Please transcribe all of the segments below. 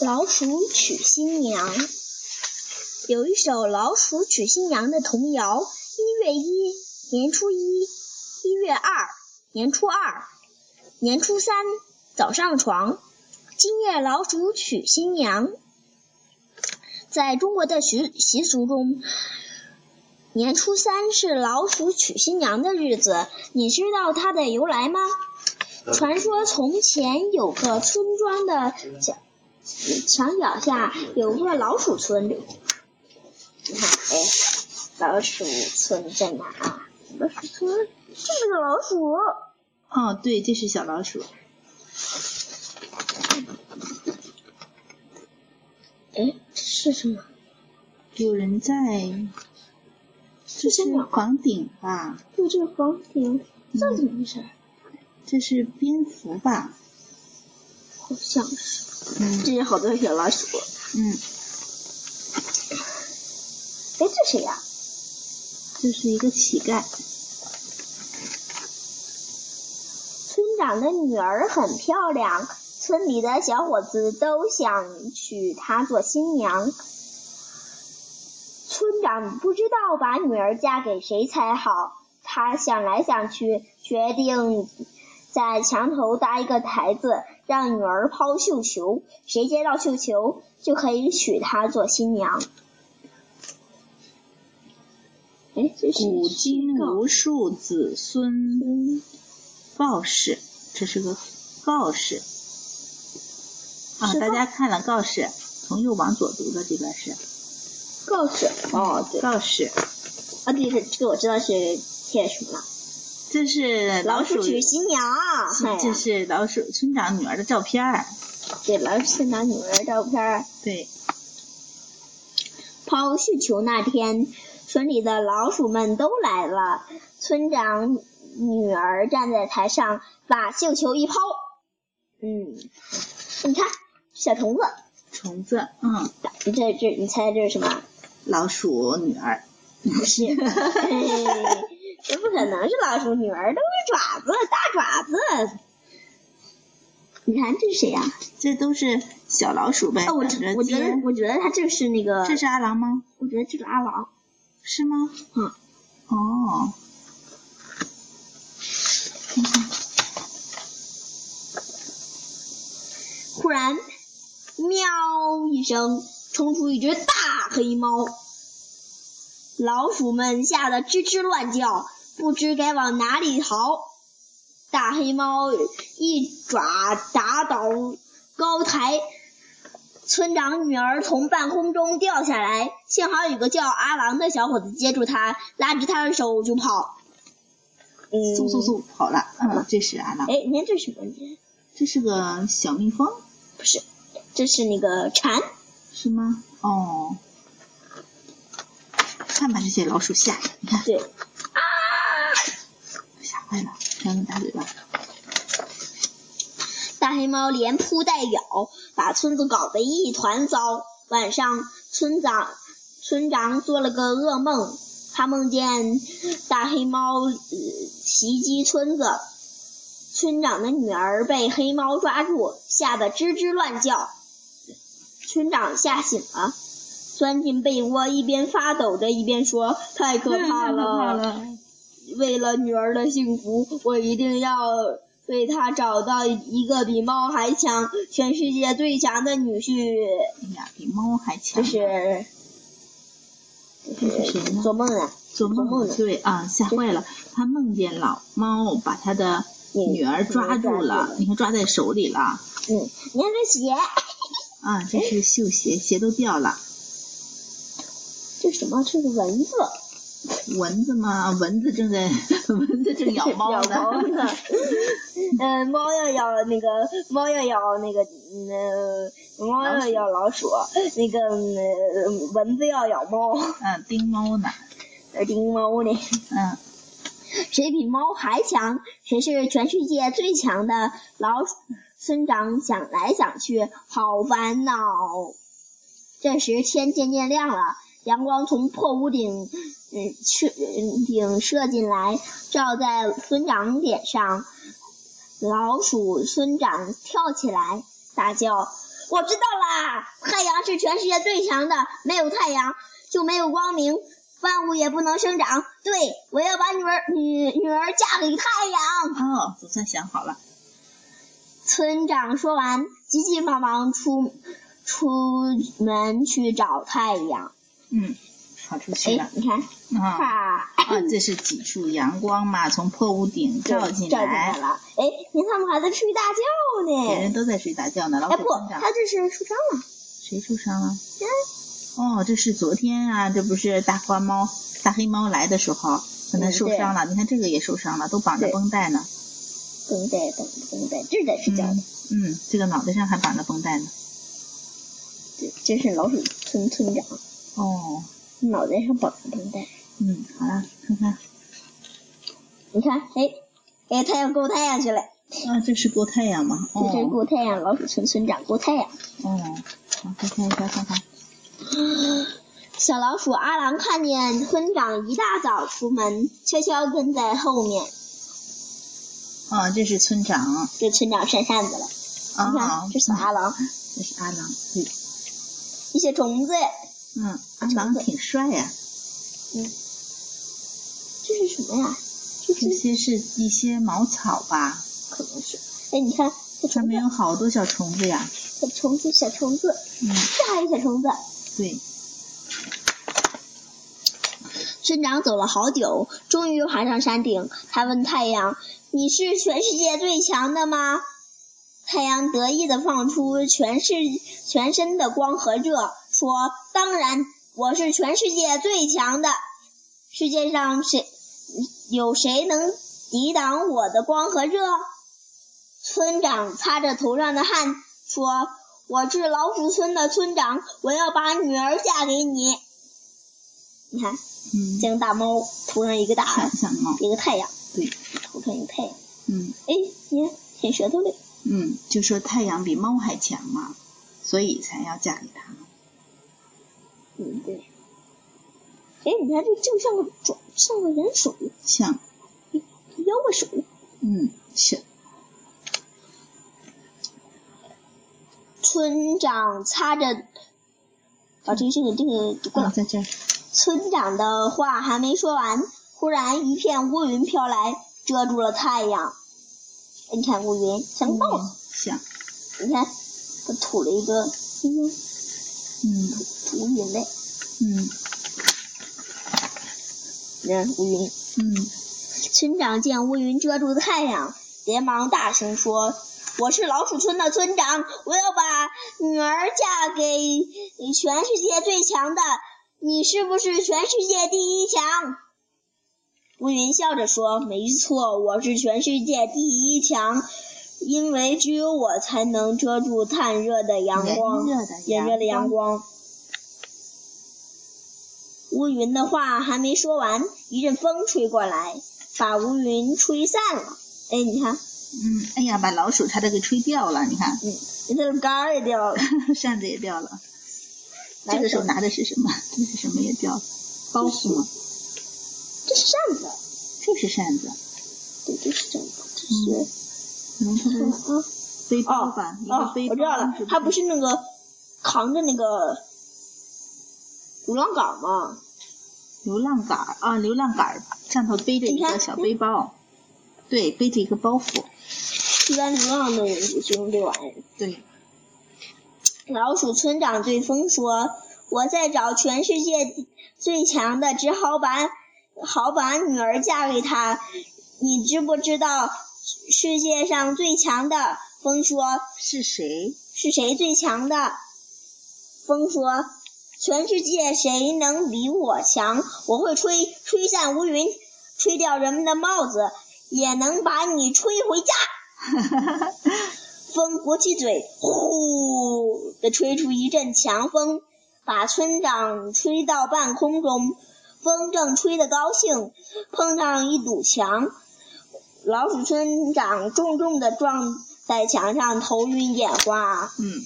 老鼠娶新娘有一首《老鼠娶新娘》的童谣：一月一，年初一；一月二，年初二；年初三，早上床。今夜老鼠娶新娘。在中国的习习俗中，年初三是老鼠娶新娘的日子。你知道它的由来吗？传说从前有个村庄的墙墙角下有个老鼠村，你看，哎，老鼠村在哪啊？老鼠村，这么个老鼠，哦，对，这是小老鼠。哎，这是什么？有人在，这是房顶吧？就这个房顶，这怎么回事？这是蝙蝠吧？好像是，嗯这是好多小老鼠。嗯，哎，这谁呀、这是一个乞丐。村长的女儿很漂亮，村里的小伙子都想娶她做新娘。村长不知道把女儿嫁给谁才好，他想来想去，决定在墙头搭一个台子，让女儿抛绣球，谁接到绣球就可以娶她做新娘。哎，这是古今无数子孙嗯鲍氏，这是个告示啊，是大告家看了告示，从右往左读的这边是告示哦，对。告示，啊，对，这这个我知道是贴什么了。这是老鼠鼠娶新娘啊！哎呀这是老鼠村长女儿的照片儿。对老鼠新郎女儿照片儿。对，抛绣球那天，村里的老鼠们都来了。村长女儿站在台上，把绣球一抛，嗯，你看小虫子，虫子，嗯，这这你猜这是什么？老鼠女儿，不是，哎这不可能是老鼠女儿，都是爪子，大爪子。你看这是谁呀、这都是小老鼠呗。啊，我长着我觉得尖我觉得他这是那个，这是阿郎吗？我觉得这是阿郎。是吗？嗯，哦，忽然，喵一声，冲出一只大黑猫，老鼠们吓得吱吱乱叫，不知该往哪里逃。大黑猫一爪打倒高台，村长女儿从半空中掉下来，幸好有个叫阿郎的小伙子接住她，拉着她的手就跑。嗯，嗖嗖嗖跑了。嗯，这是阿郎，哎，你看这是什么？这是个小蜜蜂，不是，这是那个蝉。是吗？哦，看把这些老鼠吓的，你看对，吓坏了，两个大嘴巴。大黑猫连扑带咬，把村子搞得一团糟。晚上，村长村长做了个噩梦，他梦见大黑猫、呃袭击村子，村长的女儿被黑猫抓住，吓得吱吱乱叫。村长吓醒了，钻进被窝，一边发抖着一边说：“太可怕了！”了！为了女儿的幸福，我一定要为她找到一个比猫还强、全世界最强的女婿。哎呀，比猫还强。这是这是谁呢？做梦啊呢，做做梦梦呢对啊，吓坏了。他梦见老猫把他的女儿抓住了，你看抓在手里了嗯，你看这鞋，啊，这是绣鞋，鞋都掉了。这什么？这是蚊子，蚊子嘛，蚊子正在蚊子正咬猫 呢。咬猫 呢。嗯，猫要咬那个，猫要咬那个，嗯，猫要咬老鼠，那个、嗯、蚊子要咬猫，嗯，叮猫呢。而叮猫呢。嗯，谁比猫还强，谁是全世界最强的老鼠村长想来想去，好烦恼。这时天渐渐亮了，阳光从破屋顶，嗯，射嗯顶射进来，照在村长脸上。老鼠村长跳起来，大叫：“我知道啦！太阳是全世界最强的，没有太阳就没有光明，万物也不能生长。对，我要把女儿女女儿嫁给太阳。哦，总算想好了。”村长说完，急急忙忙出出门去找太阳。嗯，跑出去哎了，。你看，啊啪，啊，这是几束阳光嘛，从破屋顶就照进照进来来。了。哎，你看他们还在睡大觉别人呢。都在睡大觉呢，老哎虎不村，长他这是受伤了。谁受伤了？哦，这是昨天啊，这不是大花猫、大黑猫来的时候，可能嗯受对伤了。你看这个也受伤了，都绑着对绷带呢。绷带，绷绷带，这才是叫的嗯。嗯，这个脑袋上还绑着绷带呢。这这是老鼠村村长，哦，脑袋上绑着绷带。嗯，好了，看看，你看，哎，哎，太阳够太阳去了，啊，这是过太阳吗？这是哦，够太阳，老鼠村村长够太阳。哦，好，再看一下，看看，小老鼠阿郎看见村长一大早出门，悄悄跟在后面。啊，这是村长，这村长扇扇子了，你啊看，这小阿郎，这是阿郎，对，一些虫子，嗯，阿郎挺帅呀、嗯这是什么呀？这这是些是一些茅草吧，可能是，哎，你看这上虫面子，有好多小虫子呀，小虫子，小虫子，嗯，这还有小虫子。对，村长走了好久，终于爬上山顶。他问太阳：“你是全世界最强的吗？”太阳得意地放出全是全身的光和热，说：“当然，我是全世界最强的。世界上谁有谁能抵挡我的光和热？”村长擦着头上的汗说：“我是老鼠村的村长，我要把女儿嫁给你。”你看。嗯，将大猫头上一个大想想猫，一个太阳，对，头上一个太阳。嗯哎，你看，舔舌头嘞。嗯，就说太阳比猫还强嘛，所以才要嫁给他。嗯，对。哎，你看这正像个爪，像个人手，像，腰个手。嗯，是，村长擦着，啊，这个这个这个过啊了。在这儿，村长的话还没说完，忽然一片乌云飘来，遮住了太阳。哎你看乌云像个帽子，嗯像，你看，它吐了一个，嗯，嗯吐乌云嘞，嗯你看乌云。嗯，村长见乌云遮住太阳，连忙大声说：“我是老鼠村的村长，我要把女儿嫁给全世界最强的，你是不是全世界第一强？”乌云笑着说：“没错，我是全世界第一强，因为只有我才能遮住炭热的阳光。”炎热的炎热的阳光，光。乌云的话还没说完，一阵风吹过来，把乌云吹散了。哎，你看，嗯，哎呀，把老鼠差点给吹掉了，你看， 人家的杆儿也掉了。扇子也掉了。来 这个手手拿的是什么？这是什么也掉了？包袱吗？这是扇子，这是扇子，对，这是扇子，这是嗯，这嗯是啊背包吧，一哦个，背包。我知道了，它不是是那个扛着那个流浪杆吗？流浪杆儿啊，流浪杆儿上头背着一你个看小背包，对，背着一个包袱，一般流浪的人就用这玩意儿。对，老鼠村长对风说：“我在找全世界最强的，只好把好把女儿嫁给他。你知不知道世界上最强的？”风说是谁？：“是谁最强的？”风说：“全世界谁能比我强？我会吹吹散乌云，吹掉人们的帽子，也能把你吹回家。”风鼓起嘴，呼的吹出一阵强风，把村长吹到半空中。风正吹得高兴，碰上一堵墙，老鼠村长重重的撞在墙上，头晕眼花。 嗯，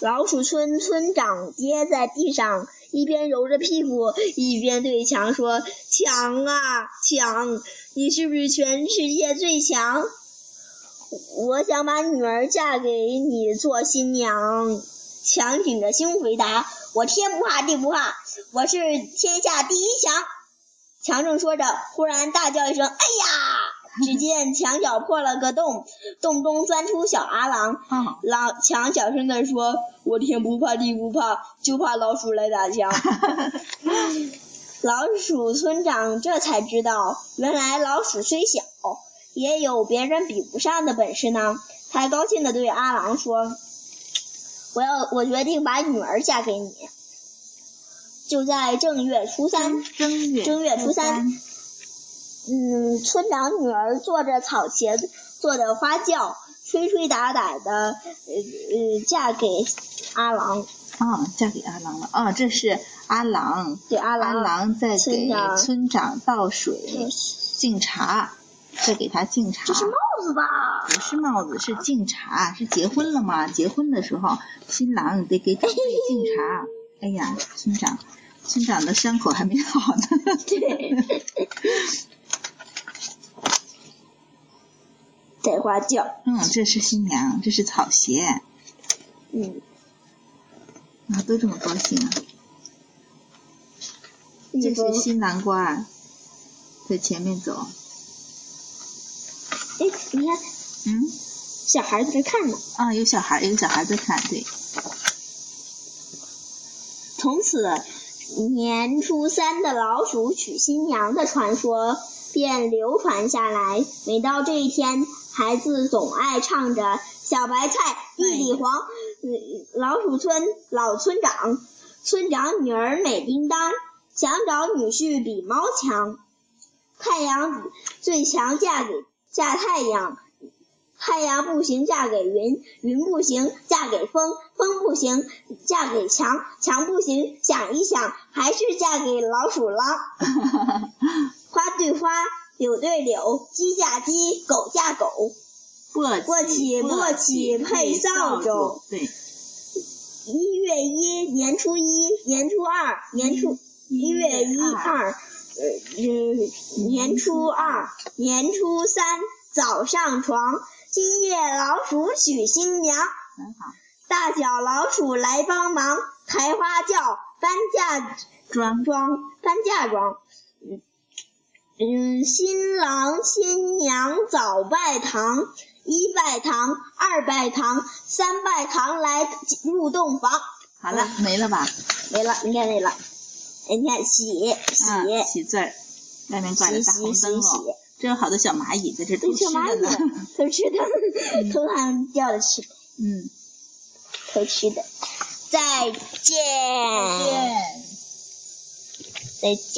老鼠村村长跌在地上，一边揉着屁股，一边对墙说：“墙啊墙，你是不是全世界最强？”我想把女儿嫁给你做新娘。”强挺着胸回答：“我天不怕地不怕，我是天下第一强。”强正说着，忽然大叫一声：“哎呀！”只见墙角破了个洞，洞中钻出小阿郎。啊老强小声地说：“我天不怕地不怕，就怕老鼠来打墙。” 老鼠村长这才知道，原来老鼠虽小，也有别人比不上的本事呢。他高兴地对阿郎说：“我要，我决定把女儿嫁给你。”就在正月初三，正月 正月初三，嗯，村长女儿坐着草鞋做的花轿，吹吹打打的，呃呃，嫁给阿郎，啊，嫁给阿郎了啊，这是阿郎，对阿阿郎，郎在村给长村长倒水嗯敬茶，在给他敬茶。这是帽子吧？不是帽子，是敬茶，是结婚了吗？结婚的时候，新郎得给长辈敬茶。哎呀，村长，村长的伤口还没好呢。 带花轿，嗯，这是新娘，这是草鞋啊，嗯，都这么高兴啊。这你说是新南瓜，在前面走。哎，你看嗯，小孩在这看呢。啊，有小孩，有小孩在看，对，从此，年初三的老鼠娶新娘的传说便流传下来。每到这一天，孩子总爱唱着“小白菜地里黄”，嗯老鼠村老村长，村长女儿美叮当，想找女婿比猫强，太阳最强嫁给嫁太阳。太阳不行，嫁给云；云不行，嫁给风；风不行，嫁给强；强不行，想一想，还是嫁给老鼠 了。花对花，柳对柳，鸡嫁鸡，狗嫁狗。簸簸箕簸箕配扫帚，对，一月一，年初一，年初二，年初一月一二，呃，嗯年初二，年初三，早上床。今夜老鼠娶新娘。很好，大小老鼠来帮忙，抬花轿，搬嫁装妆，搬嫁妆。嗯，新郎新娘早拜堂，一拜堂，二拜堂，三拜堂来入洞房。好了，没了吧？没了，你看没了。哎你看喜喜、啊，喜字儿，外面挂着喜大喜红灯喜喜笼，，这有好多小蚂蚁在这偷对，吃小蚂的呢。蚁偷吃的，偷它掉的吃的，嗯，偷吃的。再见，见。再见。